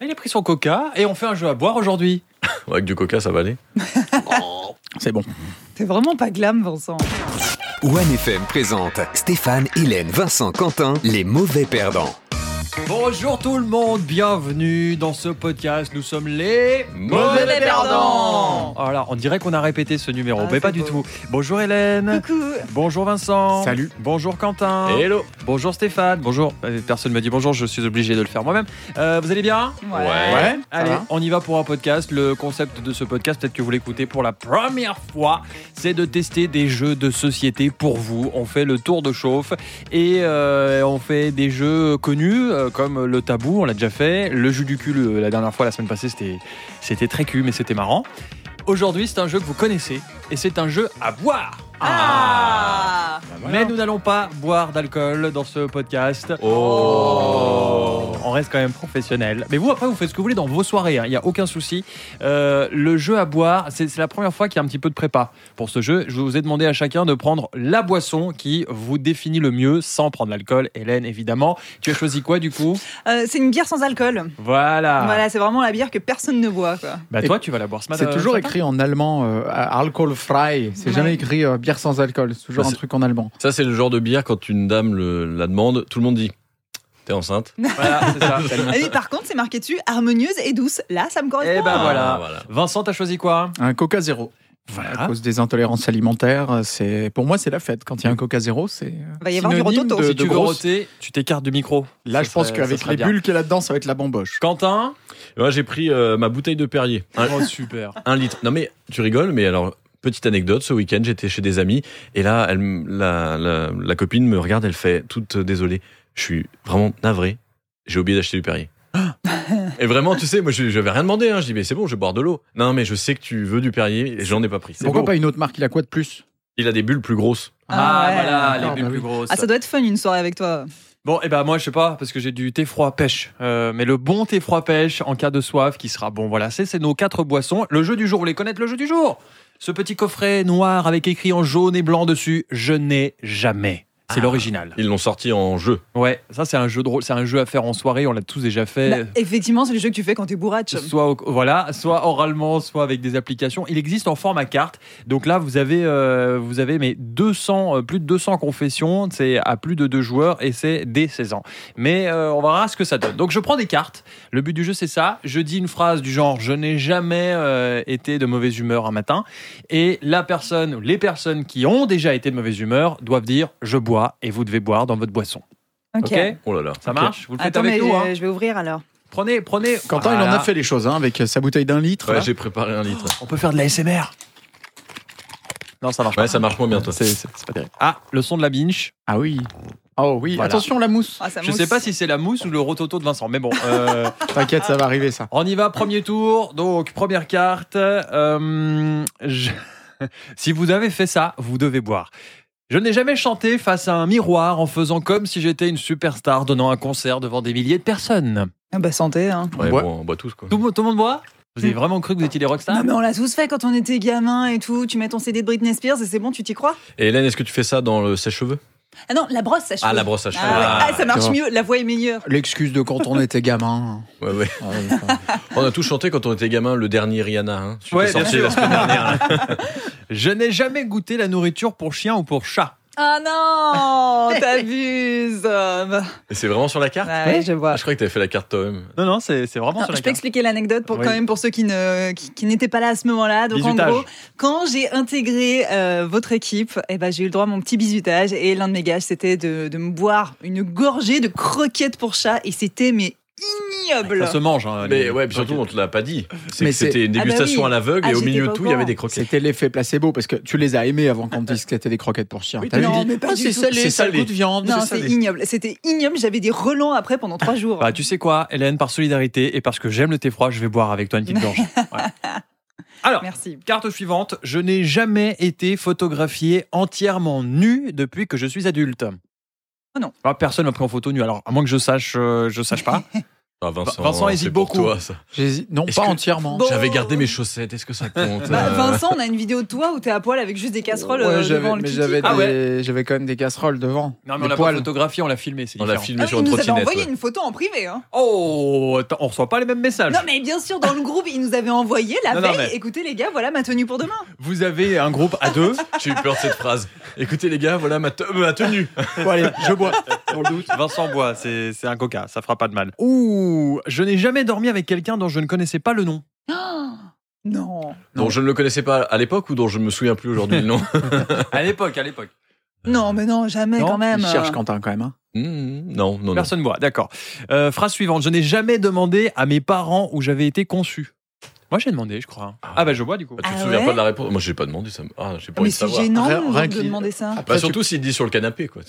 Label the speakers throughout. Speaker 1: Il a pris son coca et on fait un jeu à boire aujourd'hui.
Speaker 2: Avec du coca, ça va aller.
Speaker 3: C'est bon.
Speaker 4: T'es vraiment pas glam, Vincent.
Speaker 5: OneFM présente Stéphane, Hélène, Vincent, Quentin, les mauvais perdants.
Speaker 1: Bonjour tout le monde, bienvenue dans ce podcast. Nous sommes les
Speaker 2: Mauvais
Speaker 4: perdants.
Speaker 1: Voilà, on dirait qu'on a répété ce numéro,
Speaker 4: Ah,
Speaker 1: mais
Speaker 4: c'est
Speaker 1: pas du
Speaker 4: beau.
Speaker 1: tout. Bonjour Hélène.
Speaker 4: Coucou.
Speaker 1: Bonjour Vincent.
Speaker 3: Salut.
Speaker 1: Bonjour Quentin.
Speaker 2: Hello
Speaker 1: Bonjour Stéphane. Bonjour. Euh, Personne me dit bonjour, je suis obligé de le faire moi-même. Euh, vous allez bien
Speaker 2: Ouais.
Speaker 1: Allez,
Speaker 3: va
Speaker 1: on y va pour un podcast. Le concept de ce podcast, peut-être que vous l'écoutez pour la première fois, c'est de tester des jeux de société pour vous. On fait le tour de chauffe et euh, on fait des jeux connus euh, comme le tabou, on l'a déjà fait, le jus du cul euh, la dernière fois, la semaine passée, c'était c'était très cul, mais c'était marrant. Aujourd'hui, c'est un jeu que vous connaissez et c'est un jeu à boire.
Speaker 4: Ah
Speaker 1: Mais nous n'allons pas boire d'alcool dans ce podcast.
Speaker 2: Oh
Speaker 1: On reste quand même professionnel. Mais vous, après, vous faites ce que vous voulez dans vos soirées. hein. Il n'y a aucun souci. Euh, le jeu à boire, c'est c'est la première fois qu'il y a un petit peu de prépa pour ce jeu. Je vous ai demandé à chacun de prendre la boisson qui vous définit le mieux sans prendre l'alcool. Hélène, évidemment. Tu as choisi quoi, du coup
Speaker 4: Euh, C'est une bière sans alcool.
Speaker 1: Voilà.
Speaker 4: Voilà, c'est vraiment la bière que personne ne boit. Quoi.
Speaker 1: Bah, toi, tu vas la boire ce matin.
Speaker 3: C'est toujours écrit en allemand euh, alcool fry. C'est
Speaker 4: Ouais.
Speaker 3: jamais écrit euh, bière sans alcool. C'est toujours
Speaker 2: Bah,
Speaker 3: un
Speaker 2: c'est-
Speaker 3: truc en allemand.
Speaker 2: Ça, c'est le genre de bière, quand une dame le- la demande, tout le monde dit T'es enceinte
Speaker 1: Voilà, c'est ça.
Speaker 4: Ah oui, par contre, c'est marqué dessus harmonieuse et douce. Là, ça me correspond.
Speaker 1: Eh ben voilà.
Speaker 2: Ah, voilà.
Speaker 1: Vincent, t'as choisi quoi
Speaker 3: Un coca zéro. À
Speaker 1: Voilà.
Speaker 3: cause des intolérances alimentaires, euh, c'est pour moi c'est la fête. Quand il y a un coca zéro, c'est. euh,
Speaker 1: ben,
Speaker 4: Il va y avoir du
Speaker 3: synonyme
Speaker 4: rototo.
Speaker 3: de-
Speaker 1: Si tu veux
Speaker 3: grosse-
Speaker 1: roter, tu t'écartes du micro.
Speaker 3: Là,
Speaker 1: Ça
Speaker 3: je pense
Speaker 1: serait-
Speaker 3: qu'avec
Speaker 1: ça serait
Speaker 3: les
Speaker 1: bien.
Speaker 3: bulles qu'il y a là-dedans, ça va être la bamboche.
Speaker 1: Quentin
Speaker 2: Et Moi, j'ai pris euh, ma bouteille de Perrier. Un,
Speaker 1: Oh, super.
Speaker 2: un litre. Non, mais tu rigoles, mais alors. Petite anecdote, ce week-end j'étais chez des amis et là elle, m- la, la- la copine me regarde, elle fait toute euh, désolée, je suis vraiment navré, j'ai oublié d'acheter du Perrier. et vraiment, tu sais, moi je n'avais rien demandé, hein. je dis mais c'est bon, je vais boire de l'eau. Non mais je sais que tu veux du Perrier et j'en ai pas pris.
Speaker 3: Pourquoi
Speaker 2: beau.
Speaker 3: pas une autre marque Il a quoi de plus
Speaker 2: Il a des bulles plus grosses.
Speaker 1: Ah,
Speaker 4: Ah ouais.
Speaker 1: voilà, les
Speaker 3: Ah,
Speaker 1: bulles
Speaker 3: bah
Speaker 1: plus
Speaker 3: oui.
Speaker 1: grosses.
Speaker 4: Ah, ça doit être fun une soirée avec toi.
Speaker 1: Bon, et ben moi je sais pas parce que j'ai du thé froid pêche, Euh, mais le bon thé froid pêche en cas de soif qui sera bon. Voilà, c'est c'est nos quatre boissons. Le jeu du jour, vous les connaître le jeu du jour. Ce petit coffret noir avec écrit en jaune et blanc dessus, je n'ai jamais. C'est
Speaker 2: Ah.
Speaker 1: l'original.
Speaker 2: Ils l'ont sorti en jeu.
Speaker 1: Ouais, ça c'est un jeu drôle, c'est un jeu à faire en soirée, on l'a tous déjà fait.
Speaker 4: Bah, effectivement, c'est le jeu que tu fais quand t'es bourrache.
Speaker 1: Soit, au- voilà, soit oralement, soit avec des applications. Il existe en format carte. Donc là, vous avez, euh, vous avez mais 200, euh, plus de 200 confessions. C'est à plus de deux joueurs et c'est dès 16 ans. Mais euh, on verra ce que ça donne. Donc je prends des cartes. Le but du jeu, c'est ça. Je dis une phrase du genre Je n'ai jamais euh, été de mauvaise humeur un matin. Et la personne, ou les personnes qui ont déjà été de mauvaise humeur doivent dire Je bois et vous devez boire dans votre boisson.
Speaker 4: Ok.
Speaker 1: Ok,
Speaker 2: Oh là là.
Speaker 1: Ça
Speaker 3: Ok.
Speaker 1: marche Vous le faites
Speaker 4: Attends, mais
Speaker 1: avec nous. hein.
Speaker 4: je, je vais ouvrir alors.
Speaker 1: Prenez, prenez.
Speaker 3: Quentin, il en
Speaker 1: Voilà.
Speaker 3: a fait les choses hein, avec euh, sa bouteille d'un litre.
Speaker 2: Ouais,
Speaker 3: là.
Speaker 2: j'ai préparé un litre.
Speaker 1: On peut faire de la SMR. Non, ça marche
Speaker 2: Ouais, ça marche moins bien toi.
Speaker 1: C'est c'est- c'est pas terrible. Ah, le son de la binge.
Speaker 3: Ah oui. Oh oui.
Speaker 1: Voilà.
Speaker 3: Attention la mousse.
Speaker 4: Ah, ça
Speaker 1: Je
Speaker 4: mousse.
Speaker 1: sais pas si c'est la mousse ou le rototo de Vincent, mais bon. euh,
Speaker 3: T'inquiète, ça va arriver ça.
Speaker 1: on y va, premier tour. Donc, première carte. Euh, je- si vous avez fait ça, vous devez boire. Je n'ai jamais chanté face à un miroir en faisant comme si j'étais une superstar donnant un concert devant des milliers de personnes.
Speaker 4: Ah bah santé. Hein.
Speaker 2: Ouais,
Speaker 3: Ouais.
Speaker 2: bon, on boit tous quoi.
Speaker 1: Tout, le monde- tout le monde boit Vous avez vraiment cru que vous étiez des
Speaker 4: Non,
Speaker 1: rockstars
Speaker 4: mais on l'a tous fait quand on était gamin et tout. Tu mets ton CD de Britney Spears et c'est bon, tu t'y crois
Speaker 2: Et Hélène, est-ce que tu fais ça dans le sèche-cheveux
Speaker 4: Ah non, la brosse, ça
Speaker 2: Ah, la brosse à cheveux.
Speaker 4: Ah, ouais.
Speaker 2: Ah,
Speaker 4: Ah, ça marche
Speaker 3: d'accord.
Speaker 4: mieux, la voix est meilleure.
Speaker 3: L'excuse de quand on était gamin.
Speaker 2: ouais, ouais.
Speaker 3: Ah, oui, enfin.
Speaker 2: On a tous chanté quand on était gamin le dernier Rihanna. Hein. Super
Speaker 1: Ouais, bien
Speaker 2: sorti
Speaker 1: sûr.
Speaker 2: la semaine dernière. là.
Speaker 1: Je n'ai jamais goûté la nourriture pour chien ou pour chat.
Speaker 4: Ah non, t'abuses. Euh, bah,
Speaker 2: Et c'est vraiment sur la carte
Speaker 4: ouais, je vois.
Speaker 2: Ah, Je croyais que t'avais fait la carte toi-même.
Speaker 1: Non, non, c'est c'est vraiment
Speaker 4: Non,
Speaker 1: sur la
Speaker 4: je peux
Speaker 1: carte.
Speaker 4: expliquer l'anecdote pour
Speaker 1: Oui.
Speaker 4: quand même pour ceux qui ne qui, qui n'étaient pas là à ce moment-là. Donc en
Speaker 1: Bisutage.
Speaker 4: gros, quand j'ai intégré euh, votre équipe, eh ben j'ai eu le droit à mon petit bisutage et l'un de mes gages c'était de, de me boire une gorgée de croquettes pour chat et c'était mais ignoble.
Speaker 1: Ça se mange. hein,
Speaker 2: Mais
Speaker 1: les-
Speaker 2: ouais, puis surtout, on te l'a pas dit. C'est
Speaker 3: Mais
Speaker 2: que c'était une
Speaker 4: Ah bah oui.
Speaker 2: dégustation à l'aveugle
Speaker 4: Ah,
Speaker 2: et au
Speaker 4: j'étais
Speaker 2: milieu
Speaker 4: pas
Speaker 2: de
Speaker 4: au
Speaker 2: tout, il y avait
Speaker 4: courant.
Speaker 2: des croquettes.
Speaker 3: C'était l'effet placebo parce que tu les as aimés avant qu'on te dise que c'était des croquettes pour chien.
Speaker 2: Oui,
Speaker 3: T'as
Speaker 2: non,
Speaker 3: vu, ils disent,
Speaker 4: mais pas
Speaker 3: Ah,
Speaker 4: du
Speaker 3: c'est
Speaker 4: tout.
Speaker 3: salé,
Speaker 2: C'est
Speaker 3: ça a le
Speaker 2: salé.
Speaker 3: goût de viande.
Speaker 4: non,
Speaker 3: c'est
Speaker 4: c'est
Speaker 3: salé.
Speaker 4: ignoble. C'était ignoble. J'avais des relents après pendant trois jours.
Speaker 1: Bah, tu sais quoi, Hélène, par solidarité et parce que j'aime le thé froid, je vais boire avec toi une petite gorgée. Voilà. Alors,
Speaker 4: Merci.
Speaker 1: carte suivante. Je n'ai jamais été photographié entièrement nu depuis que je suis adulte.
Speaker 4: Oh non.
Speaker 1: Ah, personne m'a pris en photo nu. Alors, à moins que je sache, euh, je sache pas.
Speaker 2: Ah, Vincent,
Speaker 1: Vincent
Speaker 2: c'est
Speaker 1: hésite
Speaker 2: pour
Speaker 1: beaucoup.
Speaker 2: toi, ça.
Speaker 3: J'hésite. Non,
Speaker 2: Est-ce
Speaker 3: pas
Speaker 2: que-
Speaker 3: entièrement.
Speaker 4: Bon.
Speaker 2: J'avais gardé mes chaussettes, est-ce que ça compte
Speaker 4: Bah,
Speaker 2: euh,
Speaker 4: Vincent, on a une vidéo de toi où t'es à poil avec juste des casseroles
Speaker 3: Ouais,
Speaker 4: euh,
Speaker 3: j'avais,
Speaker 4: devant le
Speaker 3: mais
Speaker 4: kiki.
Speaker 3: j'avais,
Speaker 1: Ah
Speaker 3: des- j'avais quand même des casseroles devant.
Speaker 1: Non, mais
Speaker 3: des
Speaker 1: on l'a pas
Speaker 3: poils.
Speaker 1: photographié, on l'a filmé, c'est
Speaker 2: On l'a
Speaker 1: différent.
Speaker 2: filmé
Speaker 4: Ah oui,
Speaker 2: sur une
Speaker 4: il nous avait
Speaker 2: trottinette.
Speaker 4: envoyé
Speaker 2: ouais.
Speaker 4: une photo en privé. Hein.
Speaker 1: Oh, attends, on reçoit pas les mêmes messages.
Speaker 4: Non, mais bien sûr, dans le groupe, il nous avait envoyé la
Speaker 1: Non, non,
Speaker 4: veille.
Speaker 1: mais-
Speaker 4: Écoutez, les gars, voilà ma tenue pour demain.
Speaker 1: Vous avez un groupe à deux.
Speaker 2: J'ai eu peur de cette phrase. Écoutez les gars, voilà ma, te- euh, ma tenue.
Speaker 3: Bon, allez, je bois.
Speaker 1: Dans le doute, Vincent boit, c'est c'est un coca, ça fera pas de mal. Ouh, je n'ai jamais dormi avec quelqu'un dont je ne connaissais pas le nom.
Speaker 4: Non.
Speaker 2: Dont je ne le connaissais pas à l'époque ou dont je me souviens plus aujourd'hui le nom.
Speaker 1: À l'époque, à l'époque.
Speaker 4: Non, mais non, jamais
Speaker 3: Non,
Speaker 4: quand même.
Speaker 3: Il cherche Quentin quand même. hein.
Speaker 2: Hmm, non, non, non.
Speaker 1: Personne boit, d'accord. Euh, phrase suivante, je n'ai jamais demandé à mes parents où j'avais été conçu. Moi j'ai demandé, je crois. Ah, bah je bois du coup.
Speaker 2: Bah, tu te
Speaker 4: Ah
Speaker 2: souviens
Speaker 4: ouais
Speaker 2: pas de la réponse Moi, j'ai pas demandé ça. me- Ah, j'ai pas envie
Speaker 4: Mais
Speaker 2: de
Speaker 4: c'est
Speaker 2: savoir.
Speaker 4: gênant
Speaker 3: Rien- rien
Speaker 4: de
Speaker 3: qu'il-
Speaker 4: demander ça.
Speaker 2: Bah,
Speaker 3: Après, tu-
Speaker 2: surtout s'il dit sur le canapé, quoi.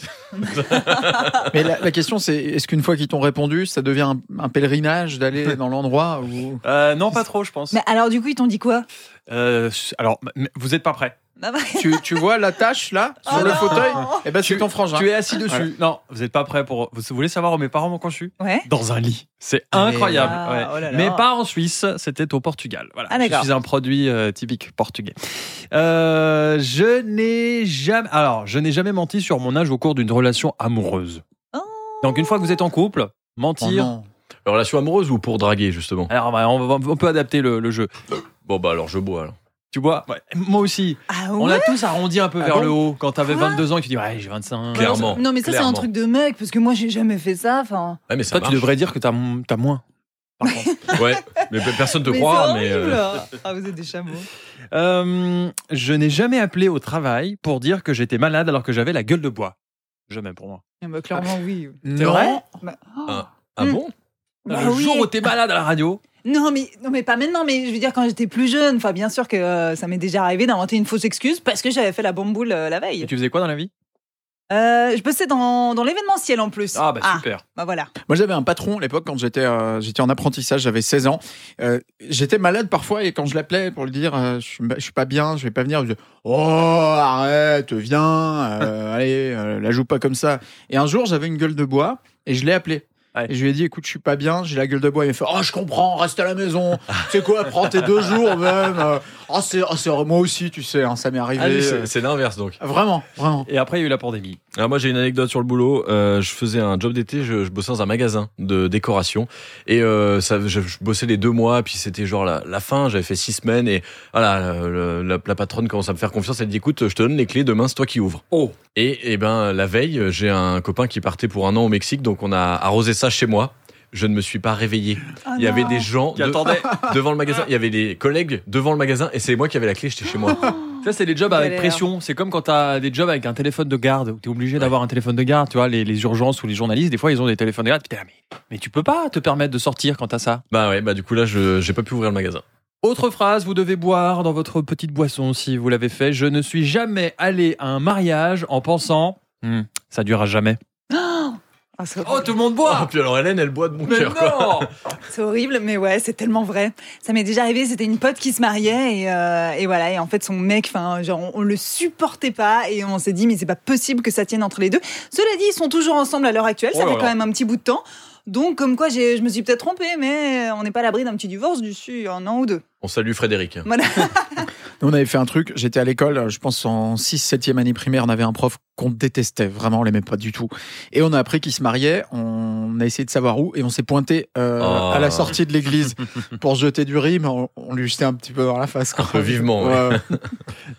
Speaker 3: Mais la, la question, c'est est-ce qu'une fois qu'ils t'ont répondu, ça devient un, un pèlerinage d'aller dans l'endroit où.
Speaker 1: Euh, non, pas trop, je pense.
Speaker 4: Mais alors, du coup, ils t'ont dit quoi
Speaker 1: Euh, alors, m- m- vous n'êtes pas prêt.
Speaker 4: Bah, bah,
Speaker 3: Tu, tu vois la tâche là, sur
Speaker 4: Oh
Speaker 3: le
Speaker 4: non
Speaker 3: fauteuil Eh ben, c'est ton frangin.
Speaker 1: Tu es assis dessus. Non, vous n'êtes pas prêt pour. Vous voulez savoir où mes parents m'ont conçu
Speaker 4: Ouais.
Speaker 1: Dans un lit. C'est
Speaker 3: Ah,
Speaker 1: incroyable.
Speaker 4: ah,
Speaker 1: ouais.
Speaker 4: oh là là.
Speaker 1: Mais pas en Suisse, c'était au Portugal. Voilà.
Speaker 4: Ah,
Speaker 1: je
Speaker 4: d'accord.
Speaker 1: suis un produit euh, typique portugais. Euh, je n'ai jamais. Alors, je n'ai jamais menti sur mon âge au cours d'une relation amoureuse.
Speaker 4: Oh.
Speaker 1: Donc, une fois que vous êtes en couple,
Speaker 3: Oh
Speaker 1: mentir.
Speaker 3: non.
Speaker 2: La relation amoureuse ou pour draguer, justement
Speaker 1: alors, bah, on, va- on peut adapter le, le jeu.
Speaker 2: Bon, bah alors je bois. Alors.
Speaker 1: Tu vois Moi aussi.
Speaker 4: Ah
Speaker 1: On
Speaker 4: ouais
Speaker 1: a tous arrondi un peu
Speaker 3: Ah
Speaker 1: vers
Speaker 3: bon
Speaker 1: le haut. Quand t'avais
Speaker 4: Quoi
Speaker 1: 22 ans, et que tu dis ouais, j'ai 25.
Speaker 2: Clairement.
Speaker 4: Non, mais Ah, ça, c'est un
Speaker 2: clairement.
Speaker 4: truc de mec, parce que moi, j'ai jamais fait ça. Enfin.
Speaker 2: Ouais, mais ça
Speaker 1: Toi, tu
Speaker 2: marche.
Speaker 1: devrais dire que t'as as moins. par contre.
Speaker 2: Ouais, mais pe- personne te
Speaker 4: mais
Speaker 2: croit.
Speaker 4: c'est
Speaker 2: Mais euh,
Speaker 4: horrible. Ah, vous êtes des chameaux.
Speaker 1: Euh, je n'ai jamais appelé au travail pour dire que j'étais malade alors que j'avais la gueule de bois. Jamais pour moi.
Speaker 4: Ah, bah, clairement, oui.
Speaker 3: Non.
Speaker 4: Bah, oh.
Speaker 2: Ah. ah
Speaker 4: Mm.
Speaker 2: bon
Speaker 4: Bah
Speaker 1: le
Speaker 4: oui.
Speaker 1: jour où t'es malade à la radio,
Speaker 4: Non mais, non, mais pas maintenant, mais je veux dire, quand j'étais plus jeune, enfin, bien sûr que euh, ça m'est déjà arrivé d'inventer une fausse excuse parce que j'avais fait la bamboule euh, la
Speaker 1: et
Speaker 4: veille.
Speaker 1: tu faisais quoi dans la vie
Speaker 4: Euh, je bossais dans, dans l'événementiel en plus.
Speaker 1: Ah bah super.
Speaker 4: bah voilà.
Speaker 3: Moi, j'avais un patron à l'époque quand j'étais euh, j'étais en apprentissage, j'avais 16 ans. Euh, j'étais malade parfois et quand je l'appelais pour lui dire euh, je, suis, je suis pas bien, je vais pas venir, je disais Oh, arrête, viens, euh, allez, euh, la joue pas comme ça. Et un jour, j'avais une gueule de bois et je l'ai appelé.
Speaker 1: Ouais.
Speaker 3: Et je lui ai dit, écoute, je suis pas bien, j'ai la gueule de bois. Il m'a fait, oh, je comprends, reste à la maison. C'est quoi, prends tes deux jours même. Euh, Oh, c'est, oh, c'est- moi aussi, tu sais, hein, ça m'est arrivé.
Speaker 2: Ah, lui,
Speaker 3: Euh,
Speaker 2: c'est- C'est l'inverse donc.
Speaker 3: Vraiment, vraiment.
Speaker 1: Et après il y a eu la pandémie.
Speaker 2: Alors moi j'ai une anecdote sur le boulot. Euh, je faisais un job d'été, je, je bossais dans un magasin de décoration et euh, ça, je, je bossais les deux mois. Puis c'était genre la, la fin, j'avais fait six semaines et voilà le- le- la, la patronne commence à me faire confiance. Elle dit écoute, je te donne les clés demain, c'est toi qui ouvres.
Speaker 1: Oh.
Speaker 2: Et, et ben la veille, j'ai un copain qui partait pour un an au Mexique, donc on a arrosé ça chez moi. Je ne me suis pas réveillé.
Speaker 4: Ah
Speaker 2: il y avait
Speaker 4: non.
Speaker 2: des gens
Speaker 1: Qui
Speaker 2: de-
Speaker 1: attendait.
Speaker 2: devant le magasin. Il y avait des collègues devant le magasin et c'est moi qui avais la clé. J'étais chez moi.
Speaker 1: Ça c'est les jobs avec
Speaker 4: Galère.
Speaker 1: pression. C'est comme quand t'as des jobs avec un téléphone de garde où t'es obligé d'avoir un téléphone de garde. Tu vois les, les urgences ou les journalistes, des fois ils ont des téléphones de garde. Puis t'es là, mais, mais tu peux pas te permettre de sortir quand t'as ça.
Speaker 2: Bah ouais, bah du coup là, je j'ai pas pu ouvrir le magasin.
Speaker 1: Autre phrase, vous devez boire dans votre petite boisson si vous l'avez fait. Je ne suis jamais allé à un mariage en pensant Hmm, ça durera jamais.
Speaker 4: Ah, c'est
Speaker 1: Oh
Speaker 4: horrible.
Speaker 1: tout le monde
Speaker 2: Oh,
Speaker 1: boit.
Speaker 2: puis alors Hélène, elle boit de mon
Speaker 1: Mais
Speaker 2: cœur. quoi.
Speaker 1: non
Speaker 4: C'est horrible, mais ouais, c'est tellement vrai. Ça m'est déjà arrivé, c'était une pote qui se mariait et, euh, et voilà, et en fait son mec, enfin, genre on, on le supportait pas et on s'est dit mais c'est pas possible que ça tienne entre les deux. Cela dit, ils sont toujours ensemble à l'heure actuelle, ça
Speaker 1: Oh là
Speaker 4: fait
Speaker 1: là.
Speaker 4: quand même un petit bout de temps. Donc comme quoi j'ai- je me suis peut-être trompée, mais on n'est pas à l'abri d'un petit divorce d'ici un an ou deux.
Speaker 2: On salue Frédéric.
Speaker 4: Voilà.
Speaker 3: Nous, on avait fait un truc, j'étais à l'école, euh, je pense en 6-7e année primaire, on avait un prof qu'on détestait, vraiment, on l'aimait pas du tout. Et on a appris qu'il se mariait, on a essayé de savoir où, et on s'est pointé euh,
Speaker 2: Oh.
Speaker 3: à la sortie de l'église pour jeter du riz, mais on, on lui jetait un petit peu dans la face. quoi.
Speaker 2: Un peu vivement, ouais.
Speaker 3: Ouais.
Speaker 1: Oh,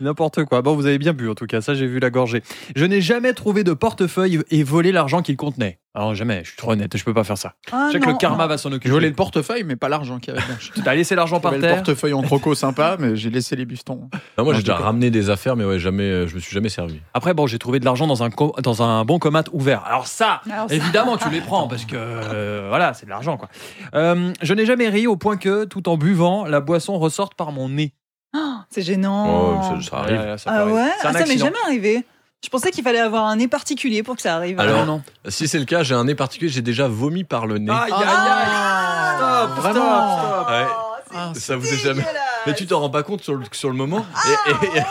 Speaker 1: N'importe quoi. Bon, vous avez bien bu en tout cas, ça j'ai vu la gorgée. Je n'ai jamais trouvé de portefeuille et volé l'argent qu'il contenait. Alors jamais, je suis trop honnête, je peux pas faire ça.
Speaker 4: Ah,
Speaker 1: je sais que
Speaker 4: non.
Speaker 1: le karma va s'en occuper.
Speaker 3: Je volais le portefeuille, mais pas l'argent qu'il y avait dedans.
Speaker 1: T'as laissé l'argent par
Speaker 3: J'avais le
Speaker 1: terre.
Speaker 3: portefeuille en croco sympa, mais j'ai laissé les bifetons.
Speaker 2: Non, moi, j'ai
Speaker 3: En tout
Speaker 2: déjà
Speaker 3: cas.
Speaker 2: ramené des affaires, mais ouais, jamais, euh, je me suis jamais servi.
Speaker 1: Après, bon, j'ai trouvé de l'argent dans un, co- dans un bon comate ouvert. Alors ça,
Speaker 4: Alors ça-
Speaker 1: évidemment, tu les prends parce que euh, voilà, c'est de l'argent quoi. Euh, je n'ai jamais ri au point que, tout en buvant, la boisson ressorte par mon nez.
Speaker 4: Ah, C'est
Speaker 2: Oh,
Speaker 4: gênant.
Speaker 2: ça, ça arrive.
Speaker 1: Ouais, ça
Speaker 4: ah
Speaker 1: peut arriver.
Speaker 4: ouais,
Speaker 1: C'est un
Speaker 4: Ah, ça m'est
Speaker 1: accident.
Speaker 4: jamais arrivé. Je pensais qu'il fallait avoir un nez particulier pour que ça arrive.
Speaker 2: Alors,
Speaker 1: Ah non.
Speaker 2: Si c'est le cas, j'ai un nez particulier, j'ai déjà vomi par le nez.
Speaker 1: Aïe aïe
Speaker 4: Ah.
Speaker 1: aïe. Stop,
Speaker 3: Vraiment.
Speaker 1: stop, Ah, stop.
Speaker 2: Ouais.
Speaker 4: Oh,
Speaker 2: ça vous
Speaker 4: c'est
Speaker 2: est jamais.
Speaker 4: dégueulasse.
Speaker 2: Mais tu t'en rends pas compte sur le, sur le moment.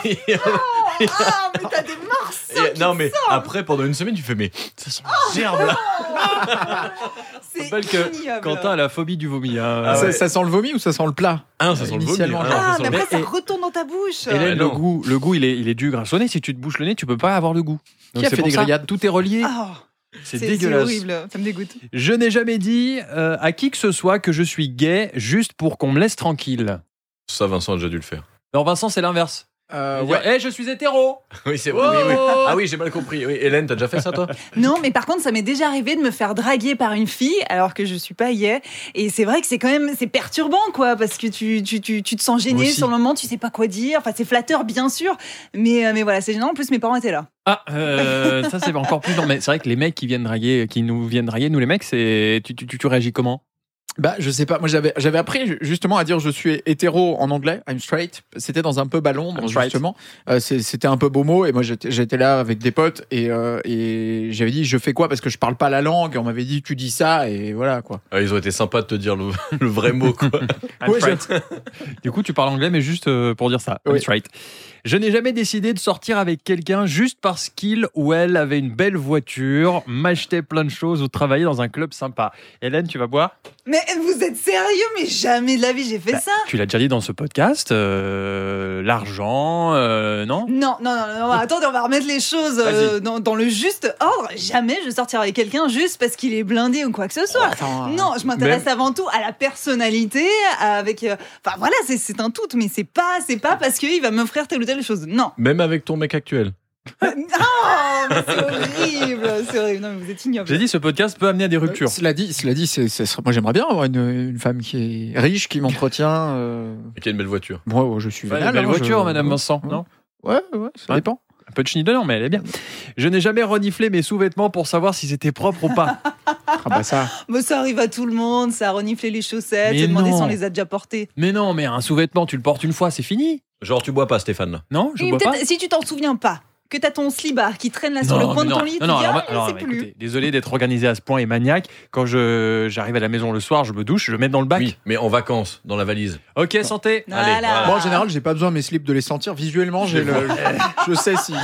Speaker 2: Et- et- et-
Speaker 4: Ah, mais t'as des morceaux
Speaker 2: et- non, mais après, pendant une semaine, tu fais, mais ça sent la gerbe là.
Speaker 4: Ah, C'est C'est
Speaker 1: rappelle que
Speaker 4: ignoble.
Speaker 1: Quentin a la phobie du vomi. hein.
Speaker 2: Ah
Speaker 3: ça,
Speaker 2: ouais.
Speaker 3: ça sent le vomi ou ça sent le plat
Speaker 2: Ah, ça sent le vomi.
Speaker 3: Initialement,
Speaker 2: alors,
Speaker 3: genre.
Speaker 2: ça
Speaker 4: Ah,
Speaker 2: sent
Speaker 4: mais
Speaker 2: le-
Speaker 4: après, ça
Speaker 1: Et-
Speaker 4: retourne dans ta bouche.
Speaker 1: Et là,
Speaker 2: Ah,
Speaker 1: le
Speaker 2: non.
Speaker 1: goût, le goût, il est, il est dû grâce au nez. Si tu te bouches le nez, tu peux pas avoir le goût.
Speaker 3: Qui a
Speaker 1: c'est
Speaker 3: fait
Speaker 1: pour
Speaker 3: des
Speaker 1: ça,
Speaker 3: grillades
Speaker 1: Tout est relié.
Speaker 4: Ah,
Speaker 1: c'est dégueulasse.
Speaker 4: horrible, ça me dégoûte.
Speaker 1: Je n'ai jamais dit euh, à qui que ce soit que je suis gay juste pour qu'on me laisse tranquille.
Speaker 2: Ça, Vincent a déjà dû le faire.
Speaker 1: Alors Vincent, c'est l'inverse.
Speaker 3: Euh,
Speaker 1: Il
Speaker 3: ouais.
Speaker 1: va dire, Eh, je suis hétéro.
Speaker 2: Oui, c'est
Speaker 1: vrai, oui, oui.
Speaker 2: Ah oui, j'ai mal compris. Oui, Hélène, t'as déjà fait ça, toi
Speaker 4: Non, mais par contre, ça m'est déjà arrivé de me faire draguer par une fille alors que je suis pas gay. Et c'est vrai que c'est quand même c'est perturbant, quoi, parce que tu, tu, tu, tu te sens
Speaker 2: Moi
Speaker 4: gêné
Speaker 2: aussi.
Speaker 4: sur le moment, tu sais pas quoi dire. Enfin, c'est flatteur, bien sûr, mais, euh, mais voilà, c'est gênant. En plus, mes parents étaient là.
Speaker 1: Ah, euh, ça c'est encore plus. Non, mais c'est vrai que les mecs qui viennent draguer, qui nous viennent draguer, nous les mecs, c'est tu, tu, tu- tu réagis comment
Speaker 3: Bah, je sais pas. Moi, j'avais, j'avais appris ju- justement à dire je suis hétéro en anglais. I'm straight. C'était dans un pub à Londres,
Speaker 1: I'm straight.
Speaker 3: justement. Euh, c'est- c'était un peu beau mot. Et moi, j'étais, j'étais là avec des potes et, euh, et j'avais dit je fais quoi parce que je parle pas la langue. Et on m'avait dit tu dis ça et voilà quoi.
Speaker 2: Ah, Ils ont été sympas de te dire le, le vrai mot, quoi.
Speaker 1: I'm
Speaker 3: Ouais,
Speaker 1: straight. Du coup, tu parles anglais, mais juste euh, pour dire ça. I'm
Speaker 3: Oui.
Speaker 1: straight. Je n'ai jamais décidé de sortir avec quelqu'un juste parce qu'il ou elle avait une belle voiture, m'achetait plein de choses ou travaillait dans un club sympa. Hélène, tu vas boire
Speaker 4: Mais vous êtes sérieux Mais jamais de la vie, j'ai fait
Speaker 2: Bah.
Speaker 4: ça.
Speaker 1: Tu l'as déjà dit dans ce podcast. euh, L'argent, euh, non
Speaker 4: Non, non, non, non, non, attendez, on va remettre les choses euh, dans, dans le juste ordre. Jamais je sortirai avec quelqu'un juste parce qu'il est blindé ou quoi que ce soit.
Speaker 3: Attends, euh,
Speaker 4: Non, je m'intéresse
Speaker 1: Ben-
Speaker 4: avant tout à la personnalité, à- avec. euh, Enfin voilà, c'est- c'est un tout, mais c'est pas, c'est pas parce qu'il va m'offrir telle ou telle chose. Non.
Speaker 2: Même avec ton mec actuel.
Speaker 4: Non, mais c'est horrible, c'est horrible. Non, mais vous êtes ignoble.
Speaker 1: J'ai dit, ce podcast peut amener à des
Speaker 3: euh,
Speaker 1: ruptures.
Speaker 3: Cela dit, cela dit, c'est, c'est- moi j'aimerais bien avoir une, une femme qui est riche, qui m'entretient. euh,
Speaker 2: Et qui a une belle voiture.
Speaker 3: Moi, ouais, je suis
Speaker 1: Ouais,
Speaker 3: vénal,
Speaker 1: belle
Speaker 3: hein,
Speaker 1: voiture,
Speaker 3: je-
Speaker 1: Madame Vincent, non
Speaker 3: Ouais, ouais, ça
Speaker 1: Ouais.
Speaker 3: dépend.
Speaker 1: Un peu de chenille dedans, mais elle est bien. Je n'ai jamais reniflé mes sous-vêtements pour savoir s'ils étaient propres ou pas.
Speaker 3: Ah bah ça.
Speaker 4: Mais ça arrive à tout le monde, ça a reniflé les chaussettes,
Speaker 1: Mais
Speaker 4: se demander
Speaker 1: non.
Speaker 4: si on les a déjà portées.
Speaker 1: Mais non, mais un sous-vêtement, tu le portes une fois, c'est fini.
Speaker 2: Genre, tu bois pas, Stéphane, là.
Speaker 1: Non, je
Speaker 4: Et
Speaker 1: bois pas.
Speaker 4: peut-être, si tu t'en souviens pas, que t'as ton slibard qui traîne là sur le coin
Speaker 1: mais
Speaker 4: de ton
Speaker 1: non.
Speaker 4: lit,
Speaker 1: Non,
Speaker 4: tu
Speaker 1: non,
Speaker 4: dis,
Speaker 1: alors,
Speaker 4: ah,
Speaker 1: alors,
Speaker 4: je sais
Speaker 1: mais
Speaker 4: plus.
Speaker 1: écoutez, désolé d'être organisé à ce point et maniaque. Quand je j'arrive à la maison le soir, je me douche, je le mets dans le bac.
Speaker 2: Oui, mais en vacances, dans la valise.
Speaker 1: Ok, santé.
Speaker 4: Voilà. Ah,
Speaker 2: Allez,
Speaker 3: Moi en général, j'ai pas besoin de mes slips de les sentir visuellement. J'ai le, je sais si.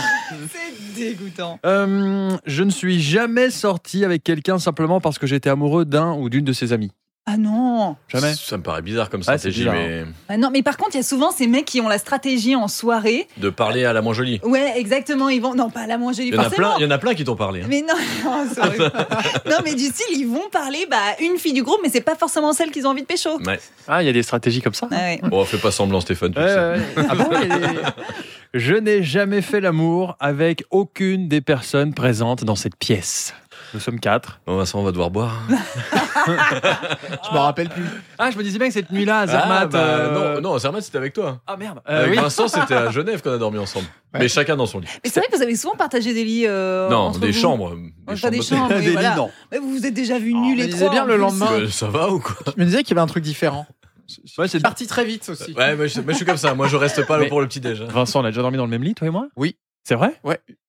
Speaker 4: C'est dégoûtant.
Speaker 1: Euh, je ne suis jamais sorti avec quelqu'un simplement parce que j'étais amoureux d'un ou d'une de ses amis.
Speaker 4: Ah non.
Speaker 1: Jamais.
Speaker 2: Ça me paraît bizarre comme
Speaker 1: Ah, c'est
Speaker 2: stratégie,
Speaker 1: bizarre,
Speaker 2: mais
Speaker 4: Ah non, mais par contre, il y a souvent ces mecs qui ont la stratégie en soirée.
Speaker 2: de parler à la moins jolie.
Speaker 4: Ouais, exactement, ils vont. Non, pas à la moins jolie,
Speaker 2: Il y en a
Speaker 4: forcément.
Speaker 2: plein, il y en a plein qui t'ont parlé. hein. Ah bah.
Speaker 4: Mais non, non, c'est horrible. non, mais du style, ils vont parler bah, à une fille du groupe, mais c'est pas forcément celle qu'ils ont envie de pécho.
Speaker 2: Ouais.
Speaker 1: Ah, il y a des stratégies comme ça.
Speaker 4: Ah ouais.
Speaker 2: Bon, fais pas semblant, Stéphane. tu le sais.
Speaker 1: Ah bon, il y a des- je n'ai jamais fait l'amour avec aucune des personnes présentes dans cette pièce. Nous sommes quatre.
Speaker 2: Bon, Vincent, on va devoir boire.
Speaker 3: Je me rappelle plus.
Speaker 1: Ah, je me disais bien que cette nuit-là, Zermatt.
Speaker 2: Ah, bah,
Speaker 1: euh,
Speaker 2: Non, non, Zermatt, c'était avec toi.
Speaker 1: Ah merde. Euh,
Speaker 2: Avec
Speaker 1: oui.
Speaker 2: Vincent, c'était à Genève qu'on a dormi ensemble.
Speaker 3: Ouais.
Speaker 2: Mais chacun dans son lit.
Speaker 4: Mais c'est vrai que vous avez souvent partagé des lits. euh,
Speaker 2: non,
Speaker 4: entre
Speaker 2: des
Speaker 4: vous.
Speaker 2: chambres.
Speaker 4: Enfin, des
Speaker 2: d'hôtel.
Speaker 4: chambres, oui,
Speaker 1: Des
Speaker 4: voilà.
Speaker 1: lits, non.
Speaker 4: Mais vous vous êtes déjà vus
Speaker 3: Oh,
Speaker 4: nus
Speaker 3: mais
Speaker 4: les
Speaker 3: disait
Speaker 4: trois.
Speaker 3: bien
Speaker 4: en
Speaker 3: le
Speaker 4: plus.
Speaker 3: lendemain.
Speaker 2: Euh, ça va ou quoi
Speaker 3: Je me disais qu'il y avait un truc différent.
Speaker 1: Ouais, c'est
Speaker 3: C'est parti très vite aussi.
Speaker 2: Ouais, moi je, moi, je suis comme ça. Moi, je reste pas là
Speaker 1: Mais-
Speaker 2: pour le petit déj. hein.
Speaker 1: Vincent, on a déjà dormi dans le même lit, toi et moi
Speaker 3: Oui.
Speaker 1: C'est vrai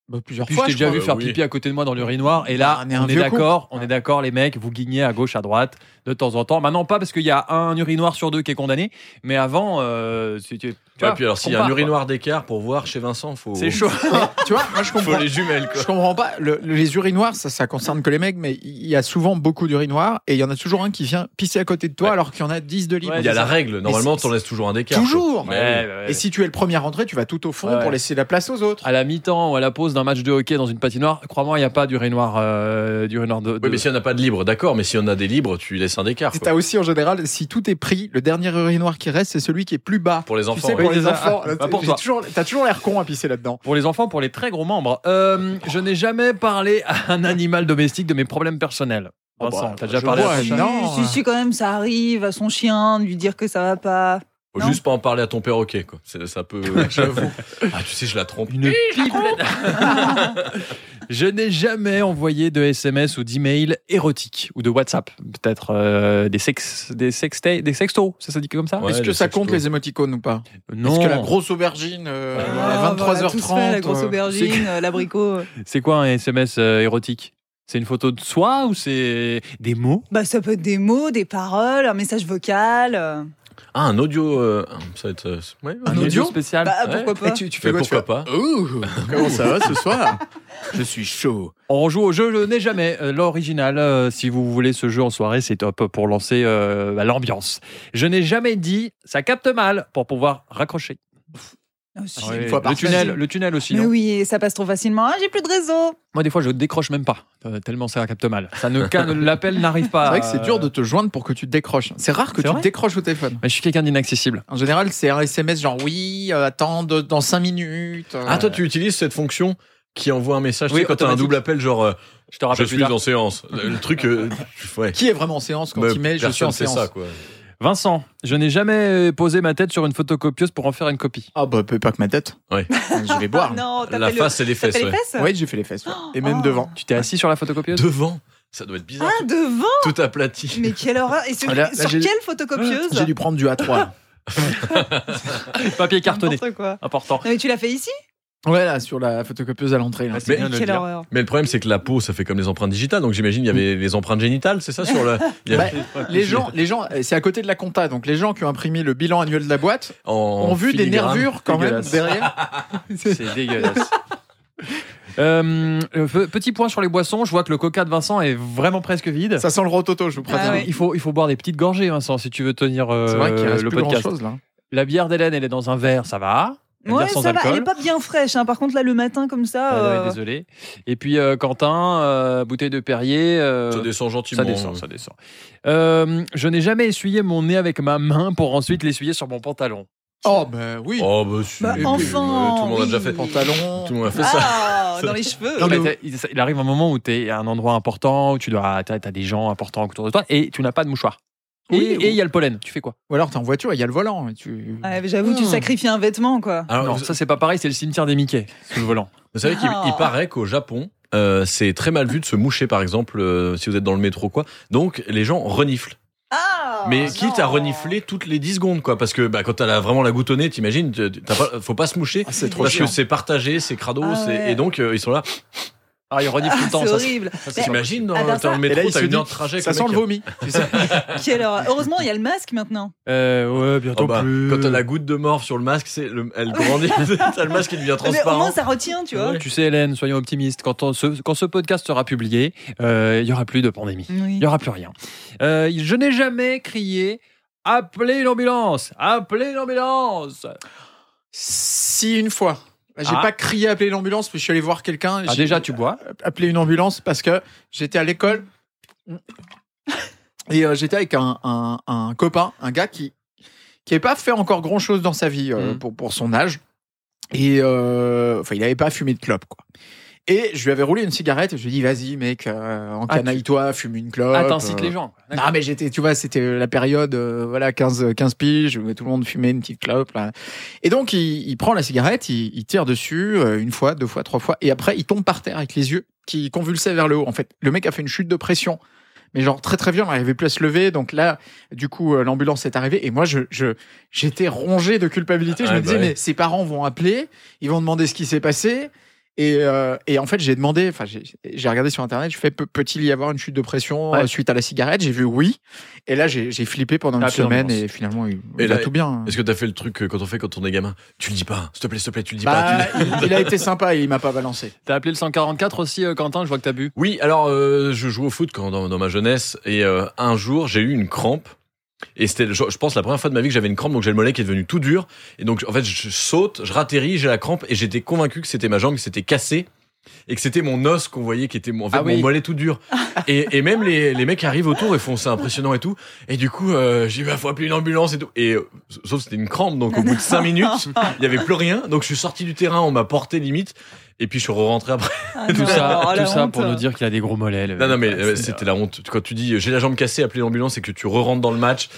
Speaker 3: Bah, plusieurs
Speaker 1: Puis je
Speaker 3: fois.
Speaker 1: t'ai
Speaker 3: je
Speaker 1: déjà
Speaker 3: crois.
Speaker 1: vu
Speaker 2: crois,
Speaker 1: faire
Speaker 2: euh,
Speaker 1: pipi
Speaker 2: oui.
Speaker 1: à côté de moi dans l'urinoir. Et là,
Speaker 3: Ah, on
Speaker 1: on
Speaker 3: est
Speaker 1: est,
Speaker 3: un vieux
Speaker 1: d'accord, on est d'accord, les mecs, vous guignez à gauche, à droite, de temps en temps. Maintenant, pas parce qu'il y a un urinoir sur deux qui est condamné. Mais avant, euh, si tu. tu
Speaker 2: Ouais,
Speaker 1: vois,
Speaker 2: puis alors, s'il y
Speaker 1: on
Speaker 2: a un
Speaker 1: part, quoi.
Speaker 2: urinoir d'écart pour voir chez Vincent, faut.
Speaker 1: C'est chaud.
Speaker 3: Mais, tu vois, moi je
Speaker 2: Faut
Speaker 3: comprends.
Speaker 2: les jumelles, quoi.
Speaker 3: Je comprends pas. Le- le- les urinoirs, ça, ça concerne que les mecs, mais il y a souvent beaucoup d'urinoirs et il y en a toujours un qui vient pisser à côté de toi
Speaker 2: Ouais.
Speaker 3: alors qu'il y en a 10 de libre.
Speaker 1: Ouais,
Speaker 2: Il y a
Speaker 1: c'est
Speaker 2: la
Speaker 1: ça.
Speaker 2: règle. Normalement,
Speaker 3: c'est-
Speaker 2: t'en laisses toujours un d'écart.
Speaker 3: Toujours.
Speaker 2: quoi.
Speaker 1: Ouais,
Speaker 2: Mais-
Speaker 1: ouais, ouais.
Speaker 3: Et si tu es le premier rentré, tu vas tout au fond
Speaker 1: Ouais.
Speaker 3: pour laisser la place aux autres.
Speaker 1: à la mi-temps ou à la pause d'un match de hockey dans une patinoire, crois-moi, il n'y a pas d'urinoir euh, d'urinoir de. de-
Speaker 2: Oui, mais si on n'a pas de libre, d'accord, mais si on a des libres, tu laisses un écart.
Speaker 3: Et
Speaker 2: quoi.
Speaker 3: T'as aussi en général, si tout est pris, le dernier urinoir qui reste, c'est celui qui est plus bas.
Speaker 2: Pour les
Speaker 3: tu
Speaker 2: enfants.
Speaker 3: sais,
Speaker 2: ouais.
Speaker 3: pour
Speaker 1: Oui,
Speaker 3: les
Speaker 1: c'est ça.
Speaker 3: enfants,
Speaker 1: Ah,
Speaker 3: t'as
Speaker 1: pour toi.
Speaker 3: toujours, t'as toujours l'air con à pisser là-dedans.
Speaker 1: Pour les enfants, pour les très gros membres. Euh, je n'ai jamais parlé à un animal domestique de mes problèmes personnels.
Speaker 3: Oh,
Speaker 1: Vincent,
Speaker 3: bah,
Speaker 1: t'as déjà
Speaker 3: je
Speaker 1: parlé
Speaker 3: vois,
Speaker 1: à ton
Speaker 3: évidemment.
Speaker 1: chat
Speaker 3: Non.
Speaker 4: Si, si, si, quand même, ça arrive à son chien, de lui dire que ça va pas.
Speaker 2: Faut
Speaker 4: Non.
Speaker 2: juste pas en parler à ton perroquet, quoi. C'est c'est un peu. J'avoue. Ah, tu sais, je la trompe.
Speaker 1: Une pipelette. Je n'ai jamais envoyé de SMS ou d'email érotique ou de WhatsApp, peut-être euh, des sex, des sexta- des sextos, ça se dit comme ça
Speaker 2: Ouais,
Speaker 3: Est-ce que
Speaker 2: les
Speaker 3: ça compte
Speaker 2: sextos.
Speaker 3: les émoticônes ou pas
Speaker 1: Non.
Speaker 3: Est-ce que la grosse aubergine euh,
Speaker 4: Ah,
Speaker 3: à
Speaker 4: voilà,
Speaker 3: 23h30
Speaker 4: tout se fait, la grosse
Speaker 3: euh,
Speaker 4: aubergine, euh, l'abricot.
Speaker 1: C'est quoi un SMS euh, érotique C'est une photo de soi ou c'est des mots
Speaker 4: Bah, ça peut être des mots, des paroles, un message vocal. euh.
Speaker 2: Ah, un audio. euh, ça va être. euh, ouais,
Speaker 3: Un
Speaker 1: Un
Speaker 3: audio
Speaker 1: audio spécial.
Speaker 4: Bah,
Speaker 2: ouais.
Speaker 4: pourquoi
Speaker 3: Et
Speaker 4: pas
Speaker 3: tu, tu
Speaker 2: Mais
Speaker 3: fais quoi tu
Speaker 2: pourquoi
Speaker 3: fais,
Speaker 2: pas
Speaker 3: Ouh, Comment ça va ce soir Je suis chaud.
Speaker 1: On joue au jeu Je n'ai jamais, euh, l'original. euh, si vous voulez ce jeu en soirée, c'est top pour lancer euh, bah, l'ambiance. Je n'ai jamais dit, ça capte mal pour pouvoir raccrocher.
Speaker 4: Oh,
Speaker 2: Ah
Speaker 4: si.
Speaker 3: Ouais. une
Speaker 1: le
Speaker 3: fois par
Speaker 1: tunnel,
Speaker 3: semaine.
Speaker 1: le tunnel aussi.
Speaker 4: Mais
Speaker 1: non
Speaker 4: oui, et ça passe trop facilement. Ah, j'ai plus de réseau.
Speaker 1: Moi, des fois, je décroche même pas, euh, tellement ça capte mal. Ça ne ca- l'appel n'arrive pas.
Speaker 3: C'est vrai que c'est
Speaker 1: euh,
Speaker 3: dur de te joindre pour que tu te décroches. C'est rare que
Speaker 1: C'est
Speaker 3: tu
Speaker 1: vrai
Speaker 3: décroches au téléphone.
Speaker 1: Mais je suis quelqu'un d'inaccessible.
Speaker 3: En général, c'est un SMS genre oui, euh, attends de- dans 5 minutes. euh.
Speaker 2: Ah, toi, tu utilises cette fonction qui envoie un message.
Speaker 1: Oui,
Speaker 2: tu sais, quand t'as un
Speaker 1: automatique.
Speaker 2: double appel, genre euh,
Speaker 1: Je te
Speaker 2: je
Speaker 1: rappelle plus
Speaker 2: suis
Speaker 1: tard.
Speaker 2: en séance. Le le truc. euh, ouais.
Speaker 3: Qui est vraiment en séance quand
Speaker 2: Bah,
Speaker 3: il met je
Speaker 2: personne
Speaker 3: suis en
Speaker 2: fait
Speaker 3: séance
Speaker 2: ça, quoi.
Speaker 1: Vincent, je n'ai jamais euh, posé ma tête sur une photocopieuse pour en faire une copie.
Speaker 3: Ah bah peut pas que ma tête.
Speaker 2: Ouais.
Speaker 3: je vais boire.
Speaker 4: Ah non, t'as
Speaker 2: La
Speaker 4: fait le-
Speaker 2: face et les
Speaker 4: t'as
Speaker 2: fesses.
Speaker 4: fait les
Speaker 2: ouais.
Speaker 4: fesses
Speaker 3: Oui, j'ai fait les fesses. ouais. Et même
Speaker 4: Oh.
Speaker 3: devant.
Speaker 1: Tu t'es assis sur la photocopieuse
Speaker 2: Devant, ça doit être bizarre.
Speaker 4: Ah, devant
Speaker 2: tout tout aplati.
Speaker 4: Mais quelle horreur Et sur,
Speaker 3: Ah, là- là,
Speaker 4: sur
Speaker 3: j'ai-
Speaker 4: quelle
Speaker 1: Ah,
Speaker 4: photocopieuse
Speaker 3: J'ai dû prendre du A3.
Speaker 1: Papier cartonné.
Speaker 4: N'importe quoi.
Speaker 1: Important.
Speaker 4: Non, mais tu l'as fait ici
Speaker 3: ouais, là, sur la photocopieuse à l'entrée. là.
Speaker 1: C'est bien de le
Speaker 4: Quelle
Speaker 1: dire.
Speaker 4: horreur.
Speaker 2: Mais le problème, c'est que la peau, ça fait comme les empreintes digitales. Donc j'imagine, il y avait les empreintes génitales, c'est ça sur le. il y
Speaker 3: Bah,
Speaker 2: avait-
Speaker 3: Les gens, les gens, euh, c'est à côté de la compta, donc les gens qui ont imprimé le bilan annuel de la boîte
Speaker 2: en
Speaker 3: ont vu des
Speaker 2: filigrane.
Speaker 3: nervures quand même
Speaker 1: dégueulasse.
Speaker 3: derrière.
Speaker 1: C'est dégueulasse. Euh, euh, pe- petit point sur les boissons, je vois que le coca de Vincent est vraiment presque vide.
Speaker 3: Ça sent le rototo, je vous préviens.
Speaker 4: Ah ouais.
Speaker 1: il, faut, il faut boire des petites gorgées, Vincent, si tu veux tenir euh,
Speaker 3: C'est vrai qu'il reste
Speaker 1: le
Speaker 3: plus grand
Speaker 1: podcast.
Speaker 3: chose là.
Speaker 1: La bière d'Hélène, elle est dans un verre, ça va. La
Speaker 4: Ouais,
Speaker 1: bière sans
Speaker 4: ça va,
Speaker 1: alcool.
Speaker 4: elle est pas bien fraîche. hein. Par contre, là, le matin, comme ça.
Speaker 1: Ah, là,
Speaker 4: euh,
Speaker 1: Désolé. Et puis euh, Quentin, euh, bouteille de Perrier. euh,
Speaker 2: Ça descend
Speaker 1: ça
Speaker 2: gentiment.
Speaker 1: descend, ça descend. Euh, je n'ai jamais essuyé mon nez avec ma main pour ensuite l'essuyer sur mon pantalon.
Speaker 3: Oh bah oui.
Speaker 2: Oh, bah, si.
Speaker 4: Bah,
Speaker 2: Et puis,
Speaker 4: enfin,
Speaker 2: euh, Tout le monde a
Speaker 4: oui.
Speaker 2: déjà fait.
Speaker 3: Pantalon.
Speaker 2: Tout le monde a fait ça.
Speaker 4: Ah, dans les cheveux.
Speaker 1: Non, mais
Speaker 3: le-
Speaker 1: Bah, t'as- il, il arrive un moment où tu es à un endroit important, où tu dois, as des gens importants autour de toi et tu n'as pas de mouchoir.
Speaker 3: Oui,
Speaker 1: et
Speaker 3: ou-
Speaker 1: et il y a le pollen. Tu fais quoi
Speaker 3: Ou alors t'es en voiture, il y a le volant. et Tu...
Speaker 4: Ouais, mais J'avoue, tu
Speaker 1: Hmm.
Speaker 4: sacrifies un vêtement, quoi.
Speaker 2: Alors,
Speaker 1: Non,
Speaker 2: Ah, vous,
Speaker 1: ça c'est pas pareil, c'est le cimetière des Mickey sous le volant.
Speaker 2: vous savez qu'il
Speaker 4: Oh.
Speaker 2: il paraît qu'au Japon, euh, c'est très mal vu de se moucher, par exemple, euh, si vous êtes dans le métro, quoi. Donc, les gens reniflent.
Speaker 4: Ah
Speaker 2: Mais quitte à
Speaker 4: non.
Speaker 2: renifler toutes les 10 secondes, quoi. Parce que bah, quand t'as la- vraiment la gouttonnée, t'imagines, tu- t'as pas- faut pas se moucher.
Speaker 3: Ah, c'est trop
Speaker 2: Parce que
Speaker 3: chiant.
Speaker 2: c'est partagé, c'est crado,
Speaker 4: Ah
Speaker 2: c'est-
Speaker 4: ouais.
Speaker 2: et donc euh, ils sont là.
Speaker 1: Ah, il renifle tout le temps.
Speaker 4: C'est
Speaker 1: ça, c'est-
Speaker 4: horrible.
Speaker 1: ça, c'est
Speaker 4: Mais-
Speaker 1: pas
Speaker 2: T'imagines, dans,
Speaker 4: Ah, ben
Speaker 2: t'es dans le
Speaker 3: Et là,
Speaker 2: métro,
Speaker 3: il
Speaker 2: t'as
Speaker 3: se
Speaker 2: une
Speaker 3: dit,
Speaker 2: heure de trajet.
Speaker 3: Ça
Speaker 2: avec le
Speaker 3: sent le
Speaker 2: mec.
Speaker 3: vomi. tu sais.
Speaker 4: Quelle horreur. Heureusement, il y a le masque maintenant.
Speaker 1: Euh, ouais, bientôt
Speaker 2: Oh bah,
Speaker 1: plus.
Speaker 2: quand t'as la goutte de mort sur le masque, c'est le- elle grandit. t'as le masque qui devient
Speaker 4: Mais au moins,
Speaker 2: transparent.
Speaker 4: ça retient, tu vois.
Speaker 1: Ouais, Tu sais, Hélène, soyons optimistes. Quand, on- ce, quand ce podcast sera publié, euh, il y aura plus de pandémie. Il
Speaker 4: Oui.
Speaker 1: n'y aura plus rien. Euh, je n'ai jamais crié Appelez l'ambulance Appelez l'ambulance
Speaker 3: Si une fois. J'ai
Speaker 1: Ah.
Speaker 3: pas crié appeler l'ambulance, mais je suis allé voir quelqu'un.
Speaker 1: Ah,
Speaker 3: j'ai
Speaker 1: Déjà, tu bois.
Speaker 3: appelé une ambulance parce que j'étais à l'école et euh, j'étais avec un, un- un copain, un gars qui qui n'avait pas fait encore grand chose dans sa vie euh,
Speaker 1: Mhm.
Speaker 3: pour, pour son âge. Et euh, enfin, il n'avait pas fumé de clope, quoi. Et je lui avais roulé une cigarette et je lui ai dit, vas-y, mec, euh, encanaille-toi, fume une clope.
Speaker 1: Ah, t'incites
Speaker 3: euh,
Speaker 1: les gens.
Speaker 3: non, mais j'étais, tu vois, c'était la période, euh, voilà, 15, 15 piges, où tout le monde fumait une petite clope, là. Et donc, il, il prend la cigarette, il, il tire dessus, euh, une fois, deux fois, trois fois, et après, il tombe par terre avec les yeux qui convulsaient vers le haut. En fait, le mec a fait une chute de pression. Mais genre très très violent, il avait plus à se lever, donc là, du coup, euh, l'ambulance est arrivée et moi, je je- j'étais rongé de culpabilité. Je
Speaker 2: Ah,
Speaker 3: me
Speaker 2: bah
Speaker 3: disais,
Speaker 2: ouais.
Speaker 3: mais ses parents vont appeler, ils vont demander ce qui s'est passé. Et, euh, et en fait, j'ai demandé, enfin, j'ai j'ai regardé sur internet, je fais Pe- peut-il y avoir une chute de pression
Speaker 1: Ouais.
Speaker 3: euh, suite à la cigarette J'ai vu oui. Et là, j'ai j'ai flippé pendant une
Speaker 1: Appelez
Speaker 3: semaine
Speaker 1: l'ambulance.
Speaker 3: et finalement, il,
Speaker 2: Et
Speaker 3: il
Speaker 2: là,
Speaker 3: a tout bien.
Speaker 2: Est-ce que t'as fait le truc que quand on fait quand on est gamin Tu le dis pas, s'il te plaît, s'il te plaît, tu le dis
Speaker 3: Bah,
Speaker 2: pas. tu le dis-
Speaker 3: il, il a été sympa et il m'a pas balancé.
Speaker 1: T'as appelé le 144 aussi, euh, Quentin, je vois que t'as bu.
Speaker 2: Oui, alors euh, je jouais au foot quand, dans, dans ma jeunesse et euh, un jour j'ai eu une crampe. Et c'était, je, je pense, la première fois de ma vie que j'avais une crampe, donc j'ai le mollet qui est devenu tout dur. Et donc, en fait, je saute, je ratterris, j'ai la crampe, et j'étais convaincu que c'était ma jambe qui s'était cassée, et que c'était mon os qu'on voyait, qui était mon, en fait,
Speaker 1: Ah oui.
Speaker 2: mon mollet tout dur. et, et même les, les mecs arrivent autour et font, c'est impressionnant et tout. Et du coup, euh, j'ai dit, bah, faut appeler une ambulance et tout. Et euh, sauf que c'était une crampe, donc au bout de cinq minutes, il y avait plus rien. Donc je suis sorti du terrain, on m'a porté limite, et puis je suis rentré après.
Speaker 4: Ah
Speaker 1: Tout
Speaker 4: non,
Speaker 1: ça,
Speaker 4: oh, la
Speaker 1: tout ça
Speaker 4: honte.
Speaker 1: pour nous dire qu'il a des gros mollets. le-
Speaker 2: Non, non, mais euh,
Speaker 1: c'est-
Speaker 2: c'était la honte. Quand tu dis euh, j'ai la jambe cassée, appelez l'ambulance et que tu re-rentres dans le match.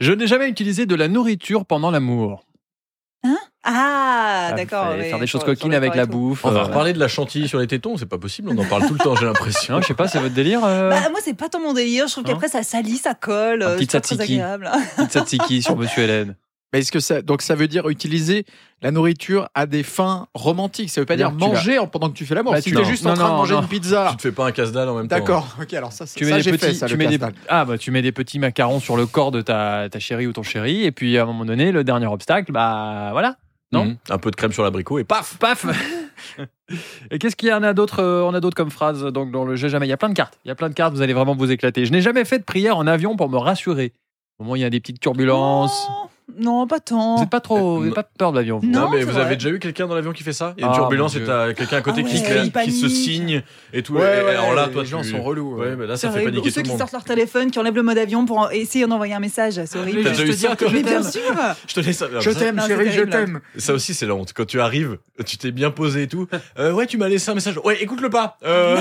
Speaker 1: Je n'ai jamais utilisé de la nourriture pendant l'amour.
Speaker 4: Ah,
Speaker 1: Ça
Speaker 4: d'accord.
Speaker 1: fait
Speaker 4: ouais,
Speaker 1: Faire des choses
Speaker 4: sur- sur
Speaker 1: coquines
Speaker 4: le
Speaker 1: avec
Speaker 4: corps
Speaker 1: la
Speaker 4: et tout.
Speaker 1: bouffe.
Speaker 2: On va
Speaker 1: euh,
Speaker 2: reparler de la chantilly sur les tétons, c'est pas possible, on en parle tout le temps, j'ai l'impression.
Speaker 1: Non, je sais pas, c'est votre délire. euh,
Speaker 4: Bah, moi, c'est pas tant mon délire. Je trouve
Speaker 1: Hein
Speaker 4: qu'après, ça salit, ça colle.
Speaker 1: Un
Speaker 4: euh,
Speaker 1: petit
Speaker 4: c'est pas très
Speaker 1: tzatziki.
Speaker 4: agréable.
Speaker 1: Tzatziki sur Monsieur Hélène.
Speaker 3: Mais est-ce que ça, donc ça veut dire utiliser la nourriture à des fins romantiques Ça veut pas
Speaker 1: Non,
Speaker 3: dire
Speaker 1: tu
Speaker 3: manger en- pendant que tu fais l'amour.
Speaker 1: Bah, tu-
Speaker 3: si tu es
Speaker 1: non.
Speaker 3: juste
Speaker 1: Non,
Speaker 3: en train
Speaker 1: non,
Speaker 3: de manger
Speaker 1: non.
Speaker 3: une pizza,
Speaker 2: Tu te fais pas un casse-dalle en même temps.
Speaker 3: d'accord. Ok, alors ça,
Speaker 1: Tu
Speaker 3: c'est-
Speaker 1: mets,
Speaker 3: ça
Speaker 1: des
Speaker 3: j'ai
Speaker 1: petits,
Speaker 3: fait ça.
Speaker 1: tu
Speaker 3: le
Speaker 1: mets des-
Speaker 3: casse-dalle.
Speaker 1: ah, bah, tu mets des petits macarons sur le corps de ta, ta chérie ou ton chéri, et puis à un moment donné, le dernier obstacle, bah voilà. Non.
Speaker 2: Mhm. Un peu de crème sur l'abricot et paf
Speaker 1: Paf Et qu'est-ce qu'il y en a d'autres euh, On a d'autres comme phrases donc dans le jeu jamais. Il y a plein de cartes. Il y a plein de cartes. Vous allez vraiment vous éclater. Je n'ai jamais fait de prière en avion pour me rassurer. Au moment où il y a des petites turbulences.
Speaker 4: Non, pas
Speaker 1: Vous
Speaker 4: tant.
Speaker 1: n'êtes pas trop, vous
Speaker 2: Euh,
Speaker 1: n'avez pas peur de l'avion. vous hein
Speaker 4: Non,
Speaker 2: mais
Speaker 4: c'est
Speaker 2: vous
Speaker 4: vrai.
Speaker 2: avez déjà eu quelqu'un dans l'avion qui fait ça Il y a une
Speaker 1: Ah,
Speaker 2: turbulence
Speaker 1: mon
Speaker 2: et
Speaker 1: Dieu.
Speaker 2: t'as quelqu'un à côté
Speaker 4: Ah
Speaker 2: qui,
Speaker 4: ouais,
Speaker 2: claque-
Speaker 4: il
Speaker 2: qui se
Speaker 4: panique.
Speaker 2: signe et tout.
Speaker 3: Ouais,
Speaker 2: et
Speaker 3: ouais,
Speaker 2: alors là, toi,
Speaker 3: les gens
Speaker 2: tu-
Speaker 3: sont relous. ouais.
Speaker 2: Ouais, mais là, ça
Speaker 4: C'est
Speaker 2: fait
Speaker 4: horrible.
Speaker 2: paniquer
Speaker 4: ceux
Speaker 2: tout le
Speaker 4: qui
Speaker 2: monde.
Speaker 4: sortent leur téléphone, qui enlèvent le mode avion pour essayer d'envoyer un message, c'est horrible.
Speaker 2: Ah, T'as déjà eu ça, toi
Speaker 4: Mais bien sûr
Speaker 2: Je te laisse.
Speaker 3: Je
Speaker 2: ça-
Speaker 3: t'aime,
Speaker 4: Non, c'est
Speaker 3: chérie, je
Speaker 4: terrible.
Speaker 3: t'aime.
Speaker 2: Ça aussi, c'est la honte. Quand tu arrives, tu t'es bien posé et tout. Euh, ouais, tu m'as laissé un message. Ouais, écoute-le pas. Euh,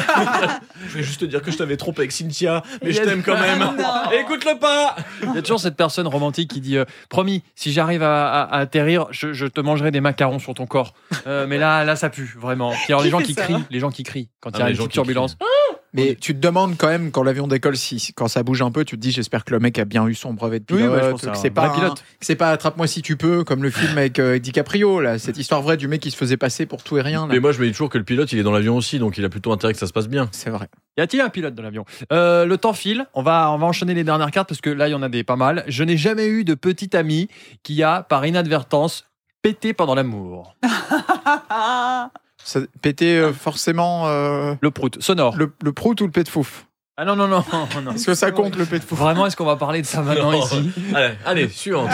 Speaker 2: je vais juste te dire que je t'avais trompé avec Cynthia, mais
Speaker 1: Il y
Speaker 2: je
Speaker 1: a-
Speaker 2: t'aime quand même.
Speaker 4: Ah, non.
Speaker 2: Écoute-le pas.
Speaker 1: Il y a toujours cette personne romantique qui dit euh, Promis, si j'arrive à, à- à atterrir, je, je te mangerai des macarons sur ton corps. Euh, mais là, là, ça pue vraiment. Puis alors,
Speaker 4: Qui
Speaker 1: les gens
Speaker 4: fait
Speaker 1: qui
Speaker 4: ça
Speaker 1: crient, les gens qui crient quand il y
Speaker 2: Ah,
Speaker 1: a
Speaker 2: les
Speaker 1: une
Speaker 2: gens
Speaker 1: petite
Speaker 2: qui
Speaker 1: turbulence.
Speaker 3: Mais tu te demandes quand même quand l'avion décolle, si quand ça bouge un peu, tu te dis j'espère que le mec a bien eu son brevet de
Speaker 1: Oui,
Speaker 3: pilote,
Speaker 1: bah, je pense que c'est
Speaker 3: que
Speaker 1: un
Speaker 3: c'est pas
Speaker 1: vrai pilote.
Speaker 3: un- que c'est pas attrape-moi si tu peux comme le film avec euh, DiCaprio là, cette histoire vraie du mec qui se faisait passer pour tout et rien là.
Speaker 2: Mais moi, je me dis toujours que le pilote, il est dans l'avion aussi, donc il a plutôt intérêt que ça se passe bien.
Speaker 3: C'est vrai.
Speaker 1: Y a-t-il un pilote dans l'avion Euh, Le temps file. On va, on va enchaîner les dernières cartes parce que là, il y en a des pas mal. Je n'ai jamais eu de petite amie qui a, par inadvertance, pété pendant l'amour.
Speaker 4: Ah,
Speaker 3: Ça, péter euh, forcément euh,
Speaker 1: Le prout sonore.
Speaker 3: le, le prout ou le pet de fouf.
Speaker 1: Ah non, non, non. non.
Speaker 3: Est-ce que ça compte le pet de fouf
Speaker 1: Vraiment, est-ce qu'on va parler de ça maintenant
Speaker 2: Non.
Speaker 1: ici
Speaker 2: Allez, allez suivante.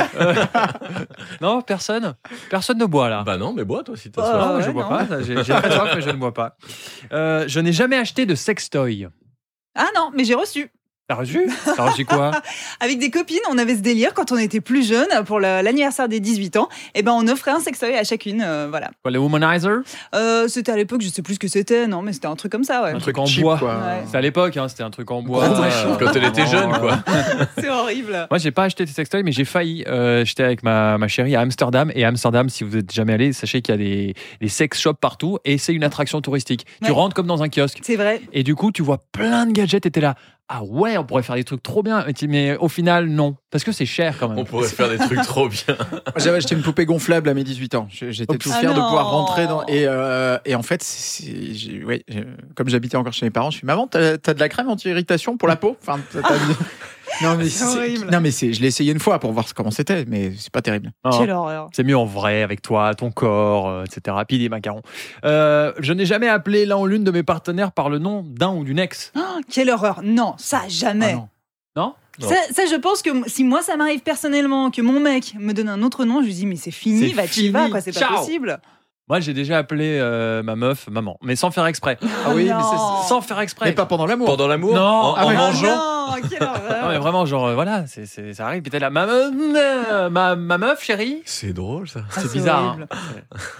Speaker 1: Non, personne Personne ne boit là.
Speaker 2: bah non, mais bois toi si t'as
Speaker 4: Ah,
Speaker 2: soif.
Speaker 1: non,
Speaker 4: ouais,
Speaker 1: Oh, je bois
Speaker 4: non.
Speaker 1: pas. J'ai j'ai très soif, mais je ne bois pas. Euh, je n'ai jamais acheté de sextoy.
Speaker 4: Ah non, mais j'ai reçu.
Speaker 1: T'as reçu T'as reçu quoi
Speaker 4: Avec des copines, on avait ce délire quand on était plus jeunes, pour le- l'anniversaire des 18 ans, et ben on offrait un sextoy à chacune, euh, voilà.
Speaker 1: Quoi, Les womanizer
Speaker 4: Euh, c'était à l'époque, je sais plus ce que c'était, non, mais c'était un truc comme ça, ouais.
Speaker 1: Un truc en bois.
Speaker 4: Ouais.
Speaker 1: C'est à l'époque, hein, c'était un truc en bois.
Speaker 2: Oh, Ouais,
Speaker 1: euh,
Speaker 2: Quand elle était jeune,
Speaker 1: vraiment, euh,
Speaker 2: quoi.
Speaker 4: C'est horrible.
Speaker 1: Moi, j'ai pas acheté de sextoy, mais j'ai failli. Euh, J'étais avec ma, ma chérie à Amsterdam. Et à Amsterdam, si vous êtes jamais allé, sachez qu'il y a des, des sex shops partout. Et c'est une attraction touristique. Tu
Speaker 4: Ouais.
Speaker 1: rentres comme dans un kiosque.
Speaker 4: C'est vrai.
Speaker 1: Et du coup, tu vois plein de gadgets. Et t'es là. Ah ouais, on pourrait faire des trucs trop bien. Et tu- Mais au final, non. Parce que c'est cher quand même.
Speaker 2: On pourrait faire des trucs trop bien.
Speaker 3: Moi, J'avais acheté une poupée gonflable à mes 18 ans. J'ai- J'étais
Speaker 1: Oh,
Speaker 3: tout
Speaker 4: putain.
Speaker 3: fier
Speaker 4: Ah
Speaker 3: de
Speaker 4: non.
Speaker 3: pouvoir rentrer dans. Et, euh, et en fait, c'est- j'ai- ouais, j'ai- comme j'habitais encore chez mes parents, je suis maman, t'as t'as de la crème anti-irritation pour la peau Enfin, t'as- t'as- Non
Speaker 4: Ah.
Speaker 3: mais
Speaker 4: C'est
Speaker 3: c'est-
Speaker 4: horrible.
Speaker 3: non mais c'est, je l'ai essayé une fois pour voir comment c'était, mais c'est pas terrible.
Speaker 2: Ah.
Speaker 1: Non.
Speaker 4: Quelle horreur.
Speaker 1: C'est mieux en vrai, avec toi, ton corps, euh, etc. Puis des macarons. Euh, je n'ai jamais appelé l'un ou l'une de mes partenaires par le nom d'un ou d'une ex.
Speaker 4: Ah, quelle horreur. Non, ça, jamais.
Speaker 3: Ah non.
Speaker 2: non.
Speaker 4: Ça, ça, je pense que m- si moi ça m'arrive personnellement, que mon mec me donne un autre nom, je lui dis mais c'est fini,
Speaker 1: C'est
Speaker 4: va t'y
Speaker 1: fini.
Speaker 4: vas, quoi, c'est pas
Speaker 1: Ciao.
Speaker 4: possible.
Speaker 1: Moi, j'ai déjà appelé euh, ma meuf maman, mais sans faire exprès.
Speaker 3: Ah oui, mais, c'est-
Speaker 4: Non.
Speaker 1: Sans faire exprès.
Speaker 3: mais pas pendant l'amour.
Speaker 2: Pendant l'amour,
Speaker 1: Non.
Speaker 2: en,
Speaker 1: Ah
Speaker 2: en
Speaker 1: ouais.
Speaker 4: Ah
Speaker 2: mangeant.
Speaker 4: Non, quelle
Speaker 1: Non, mais
Speaker 4: horreur.
Speaker 1: vraiment, genre, euh, voilà, c'est c'est- ça arrive. Puis t'es là, ma, euh, ma, ma meuf, chérie.
Speaker 2: C'est drôle ça.
Speaker 1: C'est bizarre.
Speaker 4: horrible.
Speaker 1: hein.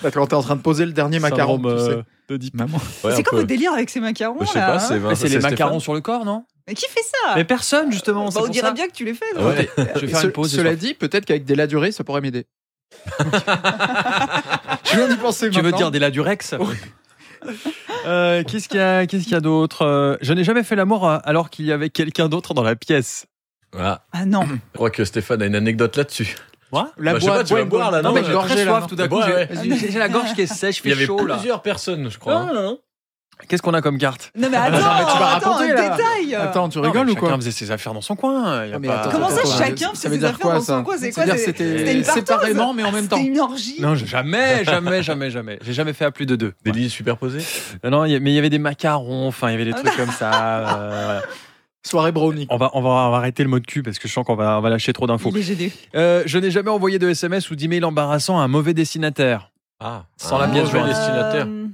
Speaker 3: Parce que Quand t'es en train de poser le dernier macaron,
Speaker 1: Syndrome,
Speaker 3: tu sais.
Speaker 1: euh, de Deep.
Speaker 3: Maman.
Speaker 2: Ouais, un
Speaker 4: c'est quoi
Speaker 2: peu.
Speaker 4: votre délire avec ces macarons
Speaker 2: Je sais
Speaker 4: là
Speaker 2: pas,
Speaker 4: hein
Speaker 2: c'est
Speaker 1: Mais c'est les
Speaker 2: Stéphane.
Speaker 1: macarons sur le corps, non
Speaker 4: Mais qui fait ça
Speaker 1: Mais personne, justement.
Speaker 4: Bah,
Speaker 1: c'est
Speaker 4: On
Speaker 1: pour
Speaker 4: dirait
Speaker 1: ça.
Speaker 4: bien que tu les fais. toi.
Speaker 2: Ouais.
Speaker 1: Je vais
Speaker 3: Et
Speaker 1: faire
Speaker 3: ce-
Speaker 1: une pause. ce
Speaker 3: cela
Speaker 1: soir.
Speaker 3: dit, peut-être qu'avec des la durée, ça pourrait m'aider. je viens d'y penser.
Speaker 1: Tu veux
Speaker 3: maintenant.
Speaker 1: dire des la durex Euh, Qu'est-ce qu'il y a, qu'est-ce qu'il y a d'autre Euh, Je n'ai jamais fait l'amour euh, alors qu'il y avait quelqu'un d'autre dans la pièce.
Speaker 2: Voilà.
Speaker 4: Ah non.
Speaker 2: Je crois que Stéphane a une anecdote là-dessus.
Speaker 1: Moi
Speaker 3: La
Speaker 2: Bah, je sais
Speaker 3: bois-
Speaker 2: pas, tu
Speaker 3: bois
Speaker 2: vas
Speaker 3: une
Speaker 2: boire,
Speaker 3: bonne-
Speaker 2: là, non,
Speaker 3: mais
Speaker 2: j'ai
Speaker 3: j'ai gorgé, là, non.
Speaker 1: tout d'un
Speaker 2: Bah
Speaker 1: coup.
Speaker 2: ouais,
Speaker 1: j'ai- J'ai j'ai la gorge qui est sèche,
Speaker 2: Il y
Speaker 1: je
Speaker 2: avait
Speaker 1: suis chaud là. Ah.
Speaker 2: plusieurs personnes, je crois.
Speaker 1: Non, non, non. Qu'est-ce qu'on a comme carte
Speaker 4: Non mais attends,
Speaker 3: mais tu vas
Speaker 4: attends,
Speaker 3: raconter,
Speaker 4: un
Speaker 3: là.
Speaker 4: détail.
Speaker 3: Attends, tu rigoles
Speaker 1: Euh, Non, mais
Speaker 3: ou quoi
Speaker 1: Chacun faisait ses affaires dans son coin. y a
Speaker 3: Ah, mais
Speaker 1: pas-
Speaker 3: attends,
Speaker 4: Comment ça,
Speaker 3: attends, attends,
Speaker 4: chacun
Speaker 3: ça
Speaker 4: faisait
Speaker 3: veut
Speaker 4: ses
Speaker 3: dire
Speaker 4: affaires
Speaker 3: quoi
Speaker 4: dans son
Speaker 3: ça
Speaker 4: coin, c'est quoi,
Speaker 3: C'est-à-dire
Speaker 4: c'est-
Speaker 1: c'était
Speaker 3: c'était
Speaker 1: une
Speaker 4: partouze
Speaker 3: séparément mais en même temps.
Speaker 4: C'était une orgie.
Speaker 1: Non, jamais, jamais, jamais, jamais. J'ai jamais fait à plus de deux.
Speaker 2: Des lignes superposées
Speaker 1: Non, non, il y a- mais il y avait des macarons, enfin, il y avait des
Speaker 4: Ah,
Speaker 1: trucs comme ça. euh, voilà.
Speaker 3: Soirée brownie.
Speaker 1: on, va, on, va, on va arrêter le mot de cul parce que je sens qu'on va, on va lâcher trop d'infos.
Speaker 4: Il est GD.
Speaker 1: Euh, je n'ai jamais envoyé de SMS ou d'email embarrassant à un mauvais destinataire.
Speaker 2: Ah,
Speaker 1: Sans la
Speaker 2: un
Speaker 1: pièce
Speaker 2: mauvais
Speaker 1: jointe.
Speaker 2: destinataire.
Speaker 4: Euh,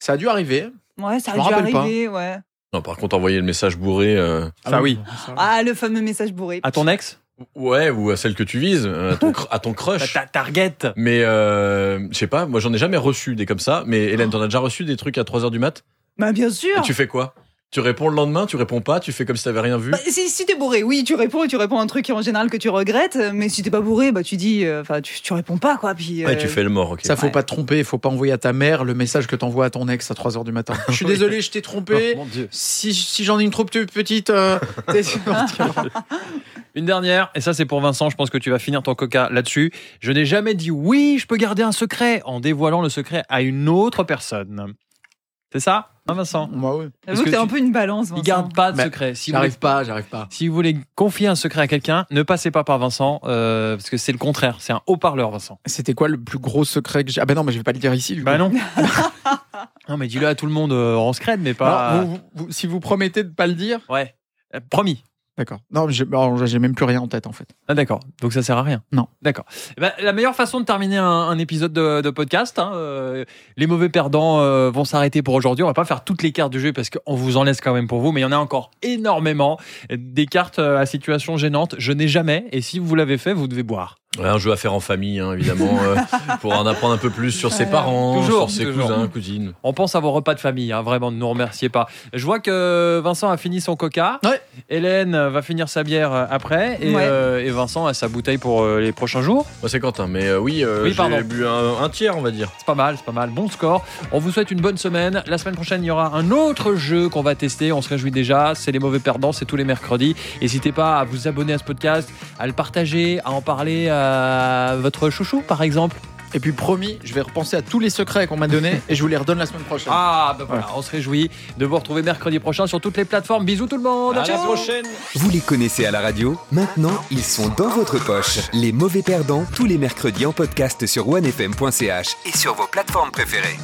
Speaker 3: Ça a dû arriver.
Speaker 4: Ouais, ça a
Speaker 3: Je m'en
Speaker 4: dû
Speaker 3: rappelle pas.
Speaker 4: arriver, ouais.
Speaker 2: Non, par contre, envoyer le message bourré. euh,
Speaker 1: Ah oui.
Speaker 4: Ah, le fameux message bourré.
Speaker 1: À ton ex
Speaker 2: Ouais, ou à celle que tu vises, euh, à ton, cr- à ton crush.
Speaker 4: Bah,
Speaker 1: Ta target
Speaker 2: Mais euh, je sais pas,
Speaker 4: Oh.
Speaker 2: moi j'en ai jamais reçu des comme ça. Mais Hélène, t'en as déjà reçu des trucs à 3h du mat
Speaker 4: Bah bien sûr.
Speaker 2: Et Ah, tu fais quoi Tu réponds le lendemain, tu réponds pas, tu fais comme si t'avais rien vu.
Speaker 4: Bah,
Speaker 1: Hum.
Speaker 4: si si t'es bourré, oui, tu réponds et tu réponds un truc en général que tu regrettes. Mais si t'es pas bourré, bah tu dis, euh, enfin tu, tu réponds pas quoi. Puis
Speaker 2: Ouais,
Speaker 4: euh,
Speaker 2: tu fais le mort, ok.
Speaker 3: Ça, faut
Speaker 4: Ouais.
Speaker 3: pas te tromper. Faut pas envoyer à ta mère le message que t'envoies à ton ex à 3h du matin. Je suis désolé, je t'ai trompé.
Speaker 1: Oh, Mon Dieu.
Speaker 3: Si, si j'en ai une trop p- petite, euh, t'es-
Speaker 1: Une dernière, et ça c'est pour Vincent, je pense que tu vas finir ton coca là-dessus. Je n'ai jamais dit oui, je peux garder un secret en dévoilant le secret à une autre personne. C'est ça, hein, Vincent
Speaker 3: Bah ouais.
Speaker 1: Parce
Speaker 4: J'avoue que
Speaker 1: que
Speaker 4: t'es un
Speaker 1: tu-
Speaker 4: peu une balance. Vincent.
Speaker 1: Il garde pas de
Speaker 3: Mais
Speaker 1: secret. Si vous, voulez,
Speaker 3: J'arrive pas, j'arrive pas.
Speaker 1: si vous voulez confier un secret à quelqu'un, ne passez pas par Vincent, euh, parce que c'est le contraire, c'est un haut-parleur, Vincent.
Speaker 3: C'était quoi le plus gros secret que j'ai Ah bah non, mais je vais pas le dire ici. du
Speaker 1: Bah
Speaker 3: coup.
Speaker 1: non. non, mais dis-le à tout le monde euh, en scred, mais pas.
Speaker 3: Alors, vous- vous- vous- si vous promettez de pas le dire,
Speaker 1: Ouais, Euh, promis.
Speaker 3: d'accord. Non, mais j'ai alors, j'ai même plus rien en tête en fait.
Speaker 1: Ah, d'accord, donc ça sert à rien.
Speaker 3: Non.
Speaker 1: D'accord. Eh ben, la meilleure façon de terminer un, un épisode de, de podcast, hein, euh, les mauvais perdants euh, vont s'arrêter pour aujourd'hui. On va pas faire toutes les cartes du jeu parce qu'on vous en laisse quand même pour vous, mais il y en a encore énormément. Des cartes euh, à situation gênante, je n'ai jamais, et si vous l'avez fait, vous devez boire.
Speaker 2: Ouais, un jeu à faire en famille, hein, évidemment, euh, pour en apprendre un peu plus sur ses parents,
Speaker 1: Toujours,
Speaker 2: sur ses
Speaker 1: toujours.
Speaker 2: cousins, cousines.
Speaker 1: On pense à vos repas de famille, hein, vraiment, ne nous remerciez pas. Je vois que Vincent a fini son coca.
Speaker 3: Ouais.
Speaker 1: Hélène va finir sa bière euh, après. Et,
Speaker 4: Ouais.
Speaker 1: euh, et Vincent a sa bouteille pour euh, les prochains jours.
Speaker 2: Moi, c'est Quentin, mais euh, oui, euh,
Speaker 1: Oui, pardon.
Speaker 2: j'ai bu un, un tiers, on va dire.
Speaker 1: C'est pas mal, c'est pas mal. Bon score. On vous souhaite une bonne semaine. La semaine prochaine, il y aura un autre jeu qu'on va tester. On se réjouit déjà. C'est les mauvais perdants, c'est tous les mercredis. N'hésitez pas à vous abonner à ce podcast, à le partager, à en parler à votre chouchou, par exemple.
Speaker 3: Et puis promis, je vais repenser à tous les secrets qu'on m'a donnés et je vous les redonne la semaine prochaine.
Speaker 1: Ah,
Speaker 2: bah
Speaker 1: ben voilà, on se réjouit de vous retrouver mercredi prochain sur toutes les plateformes. Bisous tout le monde.
Speaker 2: À la
Speaker 1: Ciao.
Speaker 2: prochaine
Speaker 5: Vous les connaissez à la radio Maintenant, ils sont dans votre poche. Les mauvais perdants, tous les mercredis en podcast sur onefm.ch et sur vos plateformes préférées.